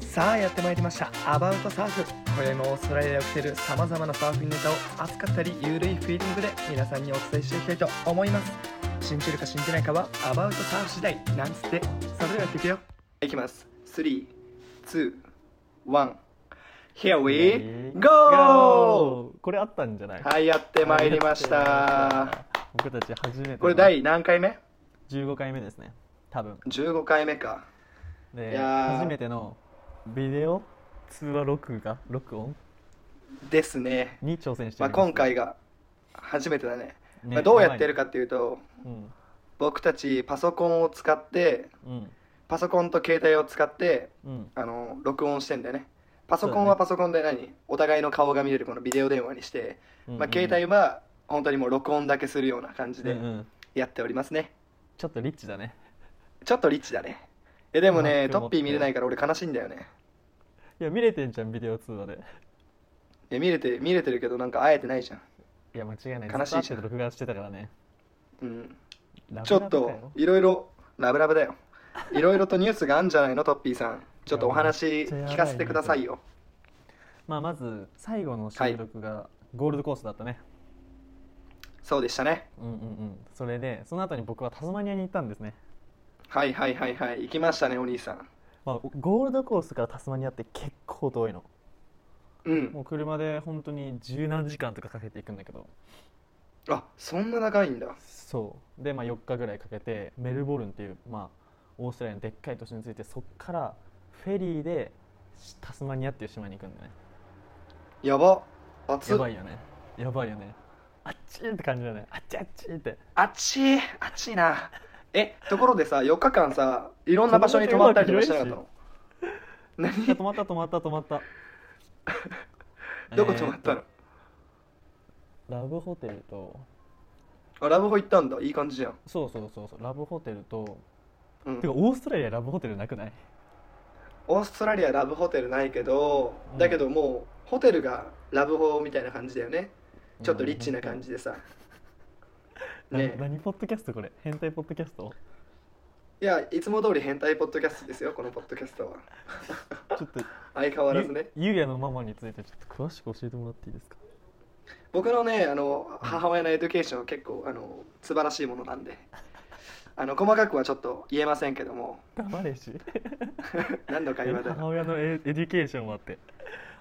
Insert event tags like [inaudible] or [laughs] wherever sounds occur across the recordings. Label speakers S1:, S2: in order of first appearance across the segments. S1: さあやってまいりましたアバウトサーフ今宵もオーストラリアで起きているさまざまなサーフィンネタを熱かったりゆるいフィーリングで皆さんにお伝えしていきたいと思います信じるか信じないかはアバウトサーフ次第なんつってそれではやっていくよいきます321 Here we go!
S2: これあったんじゃない
S1: はいやってまいりまし
S2: やって
S1: た
S2: まいりました僕たち初めての
S1: これ第何回目
S2: 15回目ですね多分
S1: ?15 回目かい
S2: で
S1: やー
S2: 初めてのビデオ通話録画録音
S1: ですね、
S2: に挑戦して
S1: まあ、
S2: み
S1: 今回が初めてだねまあ、どうやってる
S2: か、
S1: かっていうと
S2: うん
S1: 僕たちパソコンを使って
S2: うん
S1: パソコンと携帯を使って
S2: うん
S1: あの録音してんだよねパソコ
S2: そう
S1: ン
S2: だ
S1: は
S2: ね
S1: パソコンで何、お互いの顔が見れるこのビデオ電話にして、
S2: うん
S1: まあ、携帯は本当にもう録音だけするような感じ
S2: うんう
S1: で
S2: んうん
S1: やっておりますね、
S2: ちょっとリッチだね
S1: ちょっとリッチだねえでもね
S2: うまく
S1: ト
S2: 持って
S1: ッピー見れないから俺悲しいんだよね
S2: いや見れてんじゃんビデオ通話で
S1: いや見れて見れてるけどなんか会えてないじゃん、
S2: いや間違いない
S1: 悲しいじゃん
S2: ずっと後で録画してたからね
S1: うん、
S2: ラブ
S1: ちょ
S2: ラ
S1: っ
S2: ブかよ
S1: といろいろラブラブだよいろいろとニュースがあるんじゃないのトッピーさんちょっとお
S2: い
S1: 話
S2: やめっちゃやばいね
S1: 聞かせてくださいよ
S2: まあまず最後の収録がゴールドコーストだったね
S1: そうでしたね
S2: うんうんうんそれでその後に僕はタスマニアに行ったんですね
S1: はいはいはいはい行きましたねお兄さん
S2: まあ、ゴールドコーストからタスマニアって結構遠いの
S1: うん
S2: もう車で本当に十何時間とかかけていくんだけど
S1: あそんな長いんだ
S2: そうで、まあ、4日ぐらいかけてメルボルンっていう、まあ、オーストラリアのでっかい都市に着いてそっからフェリーでタスマニアっていう島に行くんだよね
S1: やば熱
S2: や
S1: っ
S2: ばいよねやばいよねあっちーって感じだねあっちあっちーって
S1: あっちいあっちいなえところでさ4日間さいろんな場所に泊まったりとかしてなかったの
S2: いや止まった止まった止まった [laughs]
S1: 何 [laughs] どこ泊まったの、
S2: えーとラブホテルと
S1: あラブホ行ったんだいい感じじゃん
S2: そうそうそうそうラブホテルと
S1: うん
S2: てかオーストラリアラブホテルなくない
S1: オーストラリアラブホテルないけど
S2: うん
S1: だけどもうホテルがラブホみたいな感じだよねちょっとリッチな感じでさ
S2: な
S1: ね
S2: 何ポッドキャストこれ変態ポッドキャスト
S1: いやいつも通り変態ポッドキャストですよこのポッドキャストは
S2: ちょっと
S1: 相変わらずね
S2: ゆゆうやのママについてちょっと詳しく教えてもらっていいですか
S1: 僕のねあの母親のエデュケーションは結構あの素晴らしいものなんで [laughs] あの細かくはちょっと言えませんけども
S2: 黙れし
S1: 何度か言われ
S2: 母親のエエデュケーションはって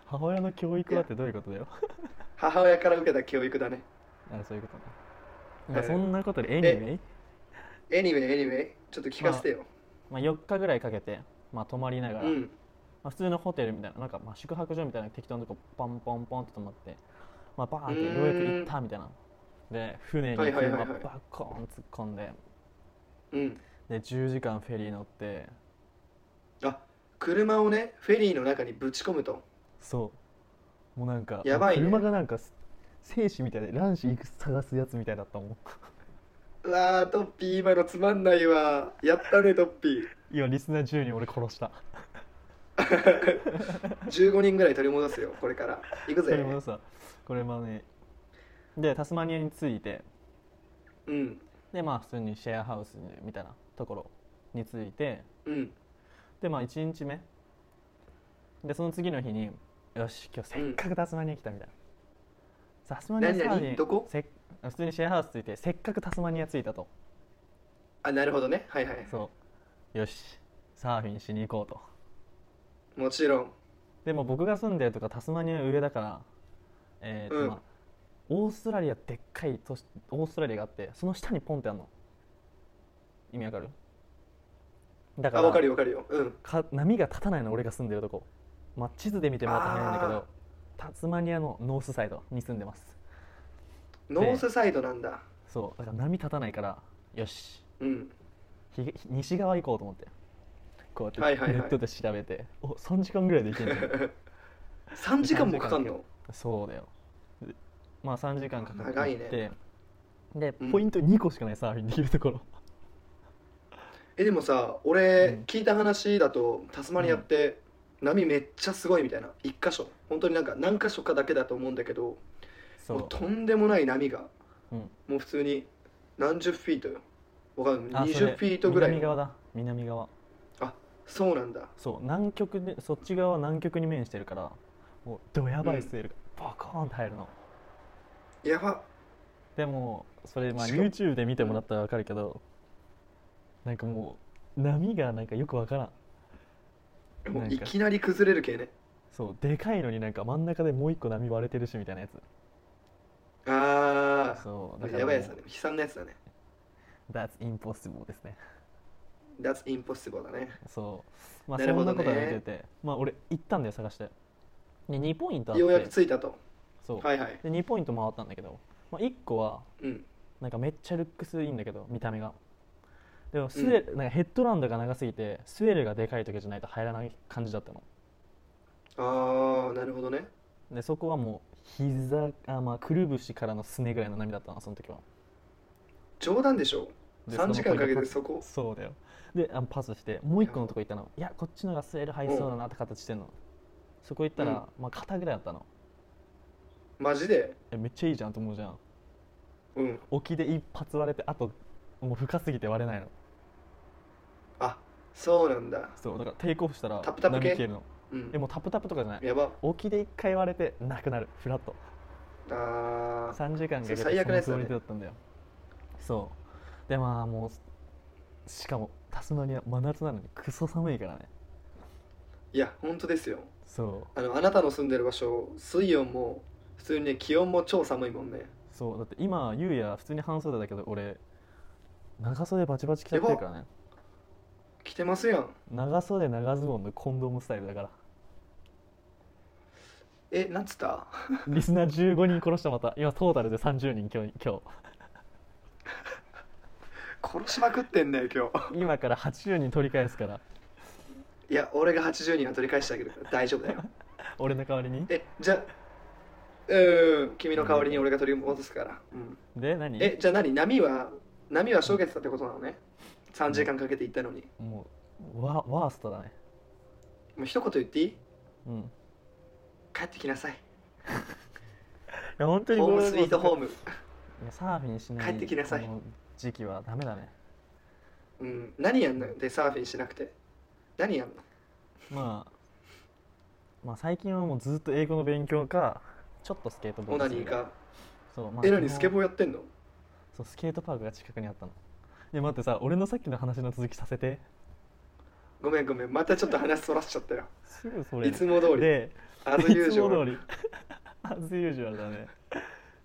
S2: 母親の教育はってどういうことだよ
S1: 母親から受けた教育だね
S2: あそういうことねまあ
S1: えー
S2: そんなことでエニメイ、
S1: Anyway anyway ちょっと聞かせてよ、
S2: まあ、4日ぐらいかけて、まあ、泊まりながら、
S1: うん
S2: まあ、普通のホテルみたいななんかまあ宿泊所みたいな適当なとこポンポンポンって泊まって、まあ、バーンってようやく行ったみたいなで船に
S1: はいはいはい
S2: 車
S1: はい
S2: バコーン突っ込んで
S1: うん
S2: で10時間フェリー乗って
S1: あ車をねフェリーの中にぶち込むと
S2: そうもうなんか
S1: やばいね
S2: 車がなんかす生死みたいで卵子いくつ探すやつみたいだったも
S1: うわートッピー今のつまんないわやったねトッピー
S2: ん今リスナー10人俺殺した
S1: [laughs] 15人ぐらい取り戻すよこれから行く
S2: それ
S1: ぜ
S2: もさこれもねでタスマニアに着いて
S1: うん
S2: でまあ普通にシェアハウスみたいなところに着いて
S1: うん
S2: でまあ1日目でその次の日によし今日せっかくタスマニア来たみたいな、タスマニアサーフィン
S1: 何々どこ
S2: せっ普通にシェアハウス着いてせっかくタスマニア着いたと
S1: あなるほどねはいはい
S2: そうよしサーフィンしに行こうと
S1: もちろん
S2: でも僕が住んでるとかタスマニア上だからえーと
S1: うん
S2: まあオーストラリアでっかい都市オーストラリアがあってその下にポンってあるの意味わかるだか
S1: あわからるよわかるようん
S2: か波が立たないの俺が住んでるとこ、まあ、地図で見てもらってもらえないんだけ
S1: あー
S2: どタスマニアのノースサイドに住んでます
S1: ノースサイドなんだ
S2: そうだから波立たないからよし
S1: うん
S2: ひひ西側行こうと思ってこう
S1: は
S2: や
S1: い
S2: って
S1: はいはい
S2: ネットで調べて、お三3時間ぐらいで行けんじゃん [laughs]
S1: 3時間もかかんの
S2: そうだよでまあ3時間かかって
S1: 長い
S2: 行っ
S1: ね
S2: てで
S1: うん
S2: ポイント2個しかないサーフィンできるところ
S1: えでもさ
S2: う
S1: 俺
S2: ん
S1: 聞いた話だとタスマニアって波めっちゃすごいみたいな一箇所本当になんか何箇所かだけだと思うんだけど
S2: そ
S1: もう
S2: う、
S1: とんでもない波が
S2: うん、
S1: もう普通に何十フィートよわかんない
S2: あそれ
S1: 20フィートぐらい
S2: 南側だ南側
S1: あそうなんだ
S2: そう南極でそっち側は南極に面してるからもうドヤバいスエルがバコーンって入るの、
S1: やば
S2: でもそれまあ
S1: しかも
S2: YouTube で見てもらったら分かるけどなんかもう波がなんかよく分からん
S1: も
S2: な
S1: うん
S2: か
S1: いきなり崩れる系ね
S2: そうでかいのになんか真ん中でもう一個波割れてるしみたいなやつ
S1: ああ
S2: そう
S1: やばいやつ
S2: も
S1: だ
S2: う
S1: ね悲惨なやつだね
S2: That's impossible ですね
S1: That's impossible だね
S2: そうまあ
S1: なる
S2: そ
S1: ほ
S2: んな
S1: どね
S2: ことが見ててまあ俺行ったんだよ探してで2ポイントあっ
S1: ようやく
S2: て
S1: 着いたと
S2: そう
S1: はいはい
S2: で2ポイント回ったんだけど、まあ、1個は
S1: うん
S2: なんかめっちゃルックスいいんだけど見た目がでもスウェル、なんかヘッドランドが長すぎてスウェルがでかい時じゃないと入らない感じだったの
S1: ああなるほどね
S2: でそこはもう膝あまあくるぶしからのすねぐらいの波だったなその時は
S1: 冗談でしょ
S2: で
S1: 3時間かけて
S2: そ
S1: そこ
S2: のそうだよであのパスしてもう一個のとこ行ったのいやこっちのがスウェル入りそうだなって形してんのそこ行ったら、まあ肩ぐらいだったの
S1: マジで
S2: えめっちゃいいじゃんと思うじゃん
S1: うん
S2: 沖で一発割れてあともう深すぎて割れないの
S1: あそうなんだ
S2: そうだからテイクオフしたら
S1: タプタプ系
S2: 波消えるの
S1: うん
S2: でもうタプタプとかじゃない
S1: やば
S2: 沖で一回割れてなくなるフラット
S1: あー
S2: 3時間かけて
S1: 最悪なやつ
S2: そ
S1: だ
S2: の
S1: ね
S2: クオリティだったんだよそうでまあもうしかもタスマニア真夏なのにクソ寒いからね
S1: いや本当ですよ
S2: そ
S1: あのあなたの住んでる場所水温も普通にね気温も超寒いもんね
S2: うそうだって今ゆうや普通に半袖だけど俺長袖バチバチ着ちゃってるからね
S1: 来てますやん
S2: 長袖長ズボンのコンドームスタイルだから
S1: えなんつった [laughs]
S2: リスナー15人殺したまた今トータルで30人今日今
S1: 殺しまくってんだよ今
S2: 日今から80人取り返すから
S1: 日いや俺が80人は取り返してあげるから大丈夫だよ
S2: 俺の代わりに
S1: えじゃうーん君の代わりに俺が取り戻すから、うん、
S2: で何
S1: えじゃあ何波は波はしょげてたってことなのね3時間かけて行ったのに
S2: もうワワーストだね
S1: もう一言言っていい
S2: うんい
S1: 帰ってきなさい
S2: や本当に
S1: ホー
S2: ご
S1: ム
S2: めん
S1: スイートホーム
S2: いやサーフィンしない
S1: 帰ってきなさい
S2: この時期はダメだね
S1: うん何やんのよでサーフィンしなくて何やんの
S2: まあまあ最近はもうずっと英語の勉強かちょっとスケートボー
S1: オ
S2: ド
S1: ナ
S2: す
S1: ニ
S2: る
S1: ーか
S2: そうまあ
S1: え
S2: 基
S1: 何
S2: 本
S1: スケボーやってんの
S2: そうスケートパークが近くにあったのいや待ってさ俺のさっきの話の続きさせて
S1: ごめんごめんまたちょっと話そらしちゃったよ
S2: すぐそれ
S1: いつも通り
S2: で
S1: アズユー
S2: いつ
S1: ジ
S2: も
S1: ョ
S2: 通り [laughs] as usual だね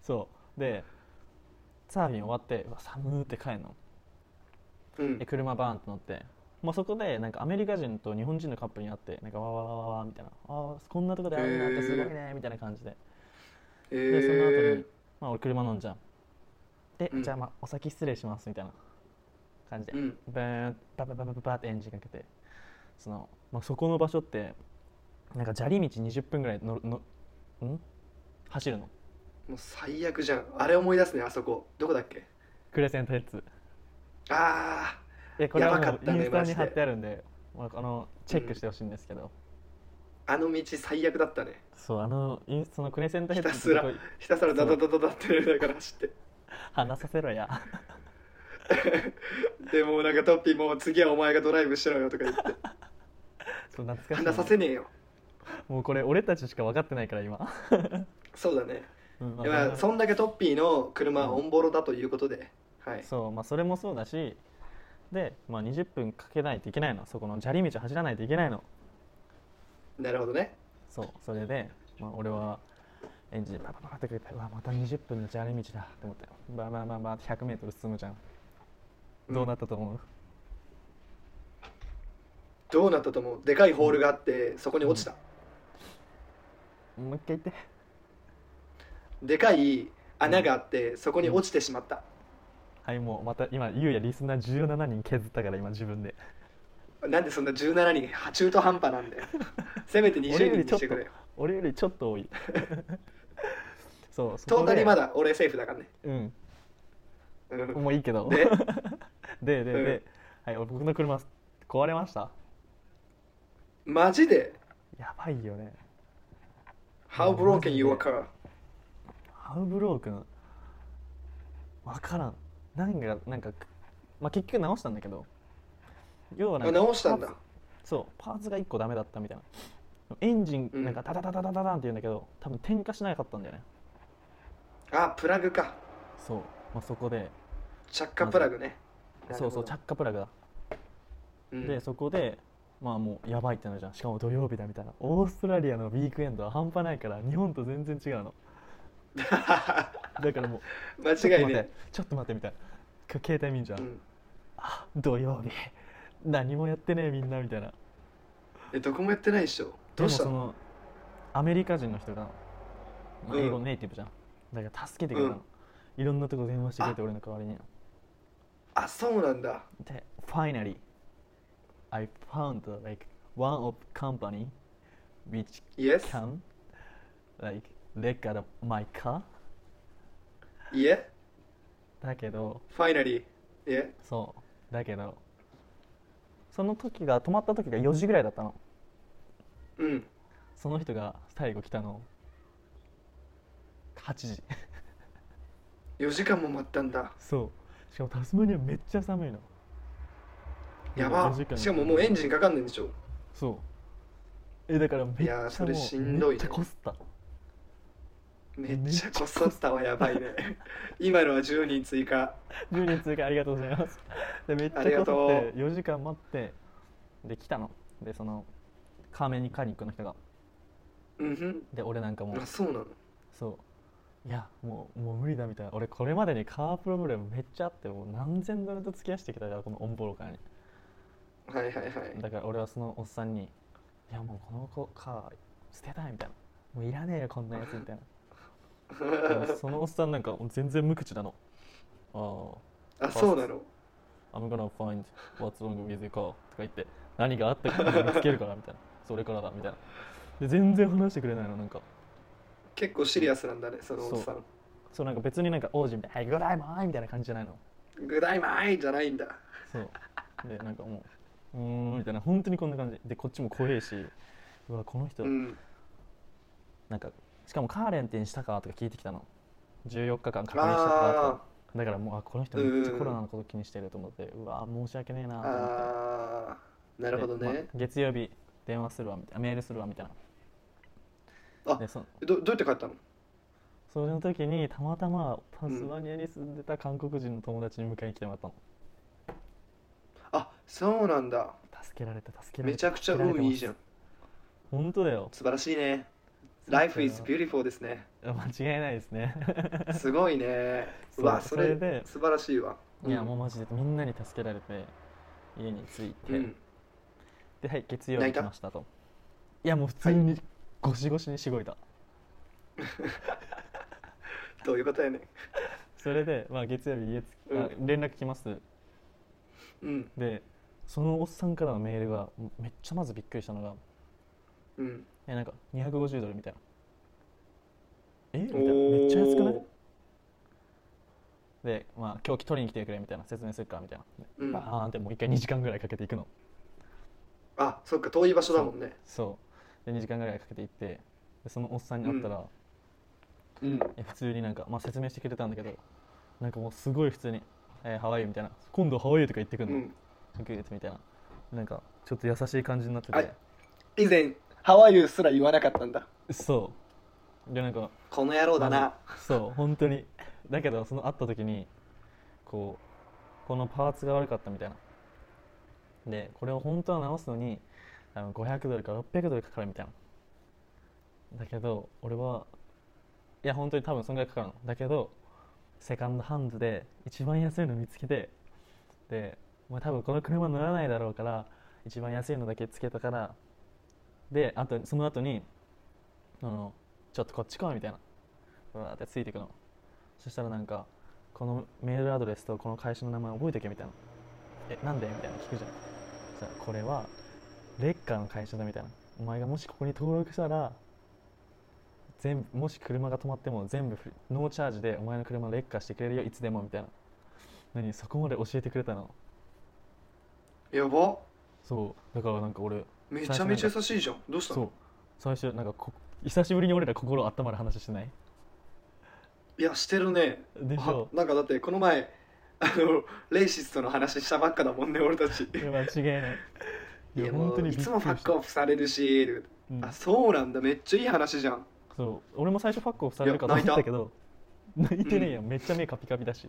S2: そうでサーフィン終わってうわ寒ーって帰るの
S1: うん
S2: で車バーンって乗って、まあ、そこでなんかアメリカ人と日本人のカップルに会ってなんかわわわわわみたいなあーこんなとこで会うなんてすごいねみたいな感じで
S1: え
S2: でその後
S1: ー
S2: に、まあ、俺車飲んじゃんで、
S1: うん
S2: じゃあまあお先失礼しますみたいな感じで、
S1: うん
S2: ブーンババババババってエンジンかけてその、まあ、そこの場所ってなんか砂利道20分ぐらいののん走るの
S1: もう最悪じゃんあれ思い出すねあそこどこだっけ
S2: クレセントヘッズ
S1: ああ
S2: でこれは
S1: やばか
S2: も
S1: っ
S2: う
S1: た
S2: イ
S1: ね
S2: ンスタ
S1: マ
S2: に
S1: ジで
S2: 貼ってあるんで、まあ、あのチェックしてほしいんですけど、
S1: あの道最悪だったね
S2: そうあのインスそのクレセントヘ
S1: ひ
S2: ッズ
S1: たすら
S2: のとこ
S1: ひたすらダダダダダってやりながら走
S2: [laughs]
S1: って
S2: 話させろや [laughs]
S1: でもうなんかトッピーもう次はお前がドライブしろよとか言って
S2: [laughs] そう懐かしいな
S1: 話させねえよ
S2: もうこれ俺たちしか分かってないから今、 [laughs]
S1: そうだね
S2: うんまあ
S1: まあそんだけトッピーの車はオンボロだということではい
S2: そうまあそれもそうだしで、まあ、20分かけないといけないのそこの砂利道走らないといけないの
S1: なるほどね
S2: そうそれで、まあ、俺はエンジンパパパパってかけてうわまた20分の砂利道だと思ってバーバーバーバーって 100m 進むじゃん
S1: うん
S2: どうなったと思う、
S1: どうなったと思うでかいホールがあってそこに落ちた
S2: もう一回言って
S1: でかい穴があってそこに落ちてしまった
S2: はいもうまた今ゆうやリスナー17人削ったから今自分で
S1: なんでそんな17人中途半端なん
S2: [laughs]
S1: だよせめて
S2: 俺よ
S1: 20人
S2: りちょ
S1: に
S2: っ
S1: して
S2: と
S1: くれよ
S2: 俺よりちょっと多い [laughs] そうそ
S1: ト
S2: こ
S1: ー
S2: で
S1: タリまだ俺セーフだからね
S2: うん
S1: うん
S2: もういいけど
S1: で
S2: [laughs] ででで、
S1: うん
S2: はい俺僕の車壊れました
S1: マジで
S2: やばいよね
S1: How broken you are car
S2: ハウブロー君分からんなんかなんか、まあ、結局直したんだけど要はな
S1: あ
S2: んか
S1: 直したんだ
S2: パーツそうパーツが1個ダメだったみたいなエンジン
S1: うん
S2: なんかダダダダダダダンって言うんだけど多分点火しなかったんだよね
S1: あプラグか
S2: そう、まあ、そこで
S1: 着火プラグね
S2: そうそう着火プラグだ
S1: 火
S2: でそこでまあもうやばいってなるじゃんしかも土曜日だみたいなオーストラリアのウィークエンドは半端ないから日本と全然違うのだからもうちょっ
S1: [laughs] 間違い
S2: と待っ
S1: ね
S2: てちょっと待ってみたいなか携帯見んじゃん、
S1: うん
S2: あ土曜日何もやってねえみんなみたいな
S1: えどこもやってないでしょどうした
S2: でもそ
S1: の
S2: のアメリカ人の人が、まあ
S1: うん
S2: 英語ネイティブじゃん、だから助けてくれたの、いろんなとこ電話してくれて俺の代わりに
S1: あそうなんだ
S2: で finally I found like one of company which
S1: Yes
S2: can like look at my car
S1: いえ
S2: だけど
S1: Finally いえ
S2: そうだけどその時が泊まった時が4時ぐらいだったの
S1: うん
S2: その人が最後来たの8時
S1: 4時間も待ったんだ
S2: そうしかもタスマニアめっちゃ寒いの
S1: や
S2: 4
S1: ば
S2: 時間
S1: しかももうエンジンかかんないんでしょ
S2: そうえだからめっち
S1: いやー
S2: ゃ
S1: それ
S2: もう
S1: しんどいね
S2: めっちゃこすった
S1: めっちゃこそったわやばいね
S2: [laughs]
S1: 今のは10人追加
S2: 10人通過ありがとうございますでめっちゃ
S1: ありが
S2: こす
S1: と
S2: っ
S1: う
S2: て4時間待ってで来たのでそのカーメニカニックの人が
S1: うん
S2: で俺なんかも
S1: ふ
S2: うん
S1: あそうなの
S2: そういやもうもう無理だみたいな俺これまでにカープロブレムめっちゃあってもう何千ドルと付き合わせてきたからこのオンボロカーに
S1: はいはいはい
S2: だから俺はそのおっさんに「いやもうこの子カー捨てたい」みたいな「もういらねえよこんなやつ」みたいなでもそのおっさんなんかもう全然無口なの「あ
S1: [laughs]
S2: あ
S1: あそうなの
S2: I'm gonna find what's wrong with your car」とか言って何があったか見つけるからみたいなそれからだみたいなで全然話してくれないのなんか
S1: 結構シリアスなんだねそのおっさ
S2: そ
S1: ん
S2: そうなんか別になんか王子みたいな「はいグライマー」みたいな感じじゃないの
S1: グダイマーイじゃないんだ
S2: そうでなんかもう「うーん」みたいな本当にこんな感じでこっちも怖えしうわこの人、
S1: うん
S2: なんかしかもカーレンテにしたかとか聞いてきたの14日間確認したかと
S1: あ
S2: かだからもうあこの人めっちゃコロナのこと気にしてると思ってうわ申し訳ねえな
S1: ー
S2: と思って
S1: あーなるほど
S2: で
S1: ね
S2: まあ月曜日電話するわみたいなメールするわみたいな
S1: あ
S2: でそ
S1: どどうやって帰ったの
S2: その時にたまたまタスマニアに住んでた韓国人の友達に迎えに来てもらったの
S1: あそうなんだ
S2: 助けられた助けら
S1: め
S2: れた
S1: ちゃくちゃ運いいじゃん
S2: 本当だよ
S1: 素晴らしいね Life is
S2: い
S1: beautiful ですね
S2: や間違いないですね
S1: [laughs] すごいね
S2: そう
S1: うわそれ
S2: それで
S1: 素晴らしいわ
S2: いやもう
S1: う
S2: マジでみんなに助けられて家に着いて、
S1: んうん
S2: ではい月曜
S1: 泣い
S2: 日
S1: た
S2: 来ましたといやもう普通にゴシゴシにしごいた、
S1: どういうことやねん
S2: それで、まあ、月曜日家つ、あ連絡来ます
S1: うん
S2: でそのおっさんからのメールがもうめっちゃまずびっくりしたのが
S1: うん
S2: えなんか250ドルみたいなえみたい
S1: お
S2: なめっちゃ安くな
S1: ー
S2: いで、まあ、今日取りに来てくれみたいな説明するかみたいな、
S1: うん
S2: バーンってもう一回2時間ぐらいかけていくの
S1: あそっか遠い場所だもんね
S2: そうで2時間ぐらいかけていってでそのおっさんに会ったら、
S1: うん
S2: え普通になんか、まあ、説明してくれたんだけどなんかもうすごい普通に「えーハワイ」みたいな「今度ハワイ」とか言ってくる
S1: う
S2: の、
S1: ん
S2: グーみたいななんかちょっと優しい感じになってて、
S1: はい以前ハワイユすら言わなかったんだ
S2: そうでなんか
S1: この野郎だな
S2: そう本当にだけどその会った時にこうこのパーツが悪かったみたいなでこれを本当は直すのにあの500ドルか600ドルかかるみたいなだけど俺はいや本当に多分そんぐらいかかるのだけどセカンドハンドで一番安いの見つけてでお前多分この車乗らないだろうから一番安いのだけつけたからであとその後にあのちょっとこっち来いみたいなうわーってついてくのそしたらなんかこのメールアドレスとこの会社の名前覚えておけみたいなえなんでみたいな聞くじゃんそしたらこれはレッカーの会社だみたいなお前がもしここに登録したら全部もし車が止まっても全部フリノーチャージでお前の車をレッカーしてくれるよいつでもみたいな何そこまで教えてくれたの
S1: やば
S2: そうだからなんか俺
S1: めちゃめちゃ優しいじゃんどうした
S2: そ
S1: の
S2: う最初なんかこ久しぶりに俺ら心温まる話してない
S1: いやしてるね
S2: でし
S1: あ
S2: ょ
S1: なんかだってこの前あのレイシストの話したばっかだもんね俺たち
S2: いや間違いない
S1: いやも
S2: 本当
S1: う
S2: に
S1: い
S2: びっ
S1: つ
S2: く
S1: も
S2: り
S1: ファッ
S2: し
S1: ク
S2: た
S1: オフされるし、
S2: うん
S1: あそうなんだめっちゃいい話じゃん
S2: そう俺も最初ファックオフされるかと思った
S1: [laughs]
S2: けど泣いてねえよめっちゃ目カピカピだし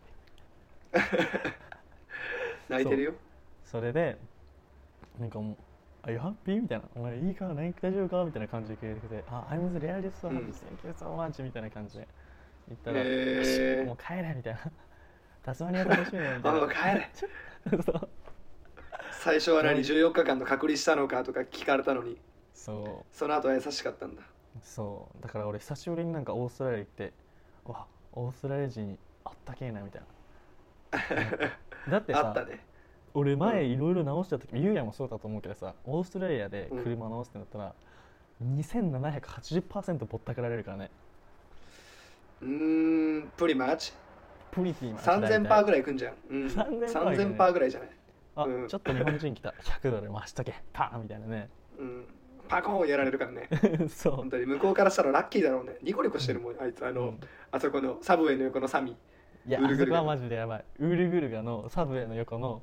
S1: 泣いてるよ
S2: それでなんかもう「あ、you happy?」みたいな「お前いいか何大丈夫か?」みたいな感じで聞いてくれて「あ、I'm the realist
S1: う
S2: of
S1: ん
S2: the thank you so much」みたいな感じで言ったら「
S1: へー
S2: もう帰れ」みたいな [laughs] 「タスマニア楽しみね」みた
S1: あ
S2: い
S1: も
S2: な
S1: う帰れ
S2: [laughs] そう
S1: 最初は何
S2: うん
S1: 14日間の隔離したのかとか聞かれたのに
S2: そう
S1: その後は優しかったんだ
S2: そうだから俺久しぶりになんかオーストラリア行ってわオーストラリア人あったけえなみたい
S1: [laughs]
S2: なだって
S1: あっ
S2: さ
S1: たね
S2: 俺前
S1: うん
S2: いろいろ直した時ゆうやもそうだと思うけどさオーストラリアで車直すってなったら、2780%ぼったくられるからね
S1: うーんプリマーチ
S2: プリティマ
S1: 3000パーぐらいいくんじゃん、うん、
S2: 3000パーいくね
S1: 3000パーぐらいじゃない、
S2: あ、
S1: うん
S2: ちょっと日本人来た100ドル増しとけパーンみたいなね [laughs]
S1: うん、パコーンやられるからね
S2: そ
S1: 本当に向こうからしたらラッキーだろうねニコニコしてるもんあいつあ
S2: う、
S1: の、
S2: うん
S1: あそこのサブウェイの横のサミ
S2: いや
S1: ウル
S2: あ
S1: グル
S2: そこ
S1: ガ
S2: はマジでやばいウルグルガのサブウェイの横の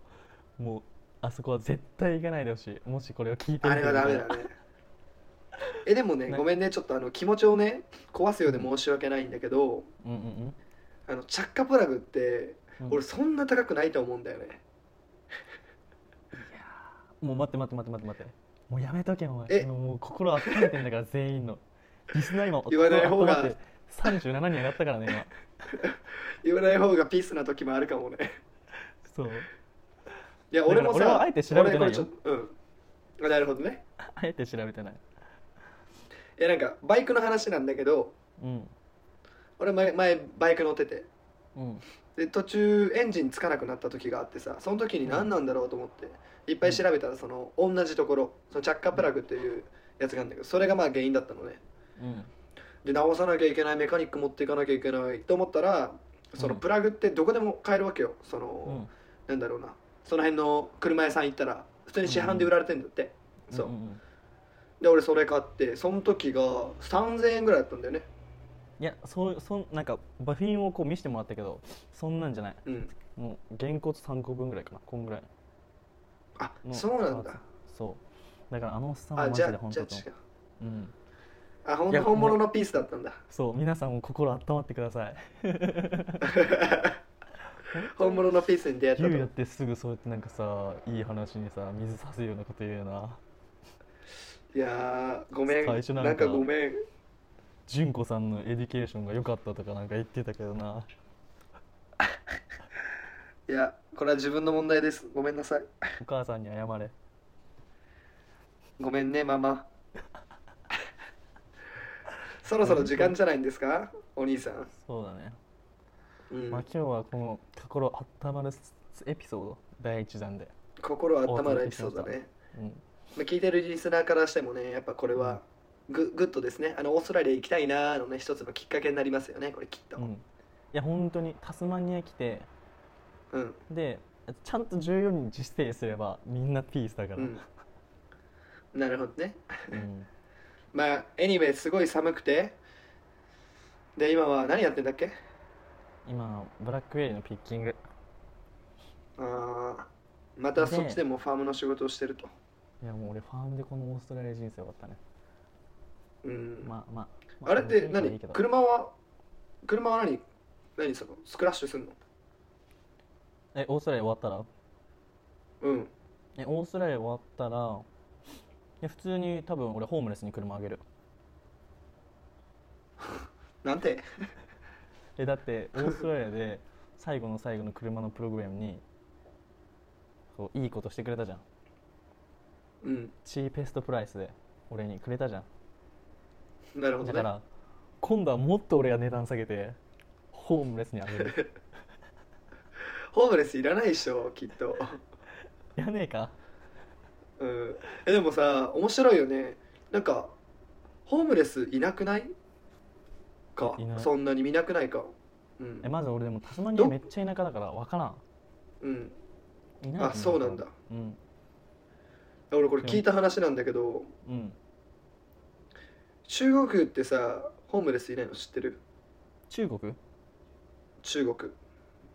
S2: もうあそこは絶対行かないでほしいもしこれを聞いて
S1: あ
S2: る
S1: れ
S2: 人
S1: はダ
S2: い
S1: メ
S2: たら
S1: だねえでもね
S2: ね
S1: ごめんねちょっとあの気持ちをね壊すようで申し訳ないんだけど
S2: うんうんうん
S1: あの着火プラグって
S2: うん
S1: 俺そんな高くないと思うんだよね
S2: もう待って待って待って待って待ってもうやめとけお前
S1: え
S2: 今もう心温めてんだから全員のリスナー今
S1: [laughs] 言わない方が
S2: 心温まって37人上がったからね
S1: [laughs]
S2: 今
S1: 言わない方がピースな時もあるかもね
S2: そう
S1: いや俺も
S2: だから俺
S1: さ
S2: はあえて調べてな
S1: 俺これ
S2: いよ
S1: ちょっとうんあなるほどね
S2: あえて調べてない
S1: いやなんかバイクの話なんだけど
S2: うん
S1: 俺前前バイク乗ってて
S2: うん
S1: で途中エンジンつかなくなった時があってさその時に何なんだろうと思って、いっぱい調べたらその同じところその着火プラグっていうやつがあるんだけどそれがまあ原因だったのね
S2: うん
S1: で直さなきゃいけないメカニック持っていかなきゃいけないと思ったらそのプラグってどこでも買えるわけよその、
S2: うん
S1: なんだろうなその辺の車屋さん行ったら普通に市販で売られてんだって、そうん
S2: んん
S1: で俺それ買ってその時が3000円ぐらいだったんだよね
S2: いやそうそんなんかバフィンをこう見せてもらったけどそんなんじゃない
S1: うん
S2: もう原骨3個分ぐらいかなこんぐらい
S1: あ
S2: の
S1: そうなんだ
S2: パーツそうだからあのおっさんは
S1: あ
S2: マ
S1: じ
S2: ジ
S1: ゃ
S2: で
S1: あ
S2: 本
S1: じゃあ
S2: 当と思
S1: 違う
S2: う、うん、
S1: あほん
S2: いや
S1: 本物のピースだったんだ
S2: そう皆さんも心温まってください
S1: 本物のピースに出会った
S2: ゆうや
S1: と
S2: ってすぐそうやってなんかさいい話にさ水さすようなこと言うよない
S1: やーごめん
S2: 最初
S1: な
S2: なんん
S1: か
S2: か
S1: ごめん
S2: 純子さんのエデュケーションが良かったとかなんか言ってたけどない
S1: やこれは自分の問題ですごめんなさい
S2: お母さんに謝れ
S1: ごめんねマ
S2: [laughs]
S1: マそろそろ時間じゃないんですかお兄さん、
S2: そうだね、
S1: うん
S2: まあ今日はこの心温まるエピソード第一弾で、
S1: 心温まるエピソードだね、
S2: うん、
S1: まあ、聞いてるリスナーからしてもねやっぱこれはググッドですねあのオーストラリア行きたいなーのね一つのきっかけになりますよねこれきっと
S2: うん、いや本当にタスマニア来て
S1: うん
S2: でちゃんと14日ステイすればみんなピースだから、
S1: うんなるほどね
S2: うん
S1: まあエニウェイすごい寒くてで今は何やってんだっけ
S2: 今ブラックウェイのピッキング
S1: ああまたそっちでもファームの仕事をしてると、
S2: いやもう俺ファームでこのオーストラリア人生終わったね
S1: うん
S2: まあまあ、ま
S1: あれって
S2: 楽しみからい
S1: 何
S2: いけど
S1: 車は車は何何そのスクラッシュすんの
S2: えオーストラリア終わったら
S1: うん
S2: えオーストラリア終わったらえ普通に多分俺ホームレスに車あげる
S1: なんて
S2: えだってオーストラリ
S1: [laughs]
S2: アで最後の最後の車のプログラムにこういいことしてくれたじゃん
S1: うん
S2: チーペストプライスで俺にくれたじゃん
S1: なるほど
S2: だか
S1: ね
S2: ら今度はもっと俺が値段下げてホームレスにあげる [laughs]
S1: ホームレスいらないでしょきっと
S2: やねえか
S1: うんえでもさ面白いよねなんかホームレスいなくないか
S2: いない
S1: そんなに見なくないかうん
S2: えまず俺でもタスマニア
S1: ど
S2: めっちゃ田舎だから分からん
S1: うん
S2: いない
S1: あそうなんだ
S2: うん
S1: 俺これ聞いた話なんだけど
S2: うん
S1: 中国ってさホームレスいないの知ってる
S2: 中国
S1: 中国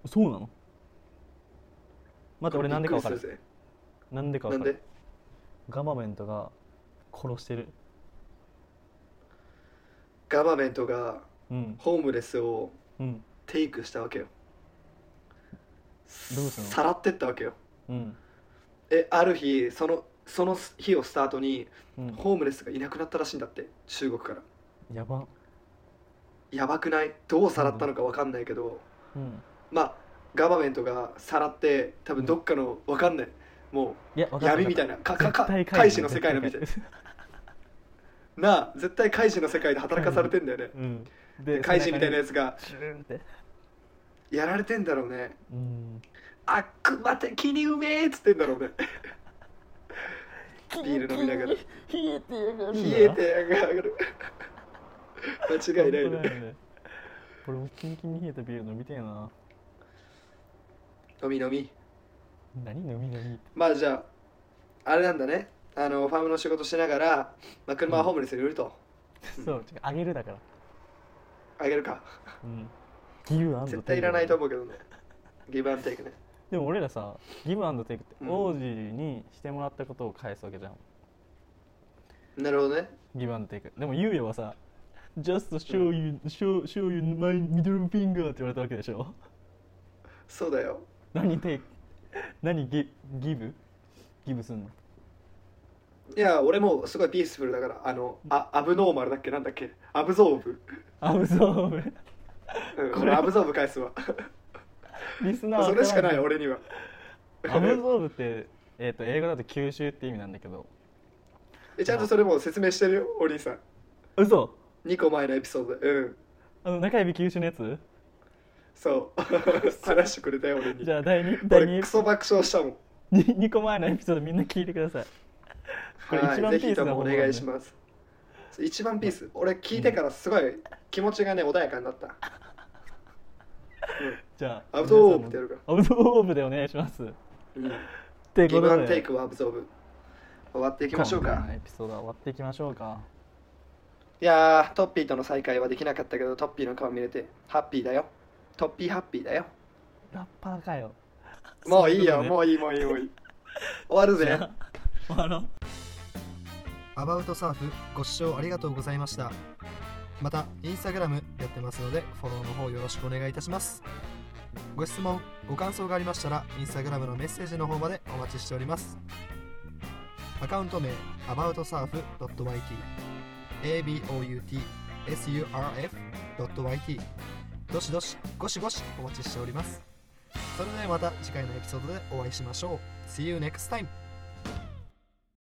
S2: そうなの待って俺なんでか分か
S1: これびっくり
S2: る
S1: するぜ
S2: なんでか
S1: な
S2: 分
S1: ん
S2: か
S1: で
S2: るガバメントが殺してる
S1: ガバメントが
S2: うん
S1: ホームレスを
S2: うん
S1: テイクしたわけよ
S2: どうしたの
S1: さらってったわけよ
S2: うん
S1: えある日そのその日をスタートに
S2: うん
S1: ホームレスがいなくなったらしいんだって中国から
S2: やば
S1: やばくないどうさらったのかわかんないけど
S2: うん
S1: まあガバメントがさらって多分どっかのわかんないも
S2: いやわか
S1: う
S2: った
S1: 闇みたい
S2: わ
S1: なか
S2: か
S1: か
S2: った
S1: か
S2: 絶対
S1: 怪獣の世界のみたい
S2: 絶対
S1: なあ絶対怪獣の世界で働かされてんだよね
S2: 怪獣うんで
S1: 怪獣みたいなや
S2: つ
S1: つが
S2: シューンって
S1: やられてんだろうね
S2: うん
S1: 悪魔的にうめえっつってんだろうねビール飲みながら
S2: 冷えてやがる
S1: 冷えてやがる間違いない
S2: 危
S1: ね
S2: ね俺もキンキンに冷えたビール飲みてえな
S1: 飲み飲み
S2: 何飲み飲みって
S1: まあじゃああれなんだねあのファームの仕事しながら、まあ、車はホームレスに売ると、
S2: そう違うあげるだから
S1: あげるか
S2: うんギブアンドテイク
S1: 絶対いらないと思うけどねギブアンドテイクね
S2: でも俺らさギブアンドテイクって
S1: うん
S2: 王子にしてもらったことを返すわけじゃん、
S1: なるほどね
S2: ギブアンドテイクでもユーヤはさ Just show you, show, show you my middle finger って言われたわけでしょ
S1: そうだよ
S2: 何テイク何ギギブギブすんの
S1: いや俺もすごいピースフルだからあのあアブノーマルだっけなんだっけアブゾーブ、
S2: アブゾーブ
S1: うん、
S2: これ
S1: 俺アブゾーブ返すわ
S2: リスナー
S1: それしかない
S2: わ
S1: 俺には
S2: からんアブゾーブって、えー、と英語だと吸収って意味なんだけど
S1: えちゃんとそれもう説明してるよお兄さん
S2: 嘘
S1: 2個前のエピソードでうん
S2: あの中指吸収のやつ
S1: そう
S2: [laughs]
S1: 話してくれたよ俺に
S2: じゃあ第2第
S1: 俺
S2: 二
S1: クソ爆笑したもん
S2: に2個前のエピソードみんな聞いてくださいこれ
S1: はい
S2: 一番
S1: ぜ
S2: ピー
S1: ひ
S2: スな
S1: とも
S2: 方
S1: お
S2: なんで
S1: 願いします一番ピース俺聞いてからすごい気持ちがね穏やかにな
S2: [laughs]
S1: った、
S2: じゃあ
S1: アブゾーブってやるか
S2: アブゾーブでお願いします
S1: うんうん、
S2: という
S1: ギ
S2: こ
S1: ブアン
S2: と
S1: ドテイ
S2: で
S1: クはアブゾーブ終わっていきましょう
S2: 今
S1: か
S2: 回のエピソードは終わっていきましょうか
S1: いやートッピーとの再会はできなかったけどトッピーの顔見れてハッピーだよトッピーハッピーだよ
S2: ラッパーかよ
S1: もういいよ
S2: う
S1: もういいもういいもういい終わる
S2: [laughs]
S1: ぜ
S2: 終わろう
S1: アバウトサーフご視聴ありがとうございましたまたインスタグラムやってますのでフォローの方よろしくお願いいたしますご質問ご感想がありましたらインスタグラムのメッセージの方までお待ちしておりますアカウント名 aboutsurf.yt aboutsurf.yt どしどしごしごしお待ちしておりますそれではまた次回のエピソードでお会いしましょう See you next time!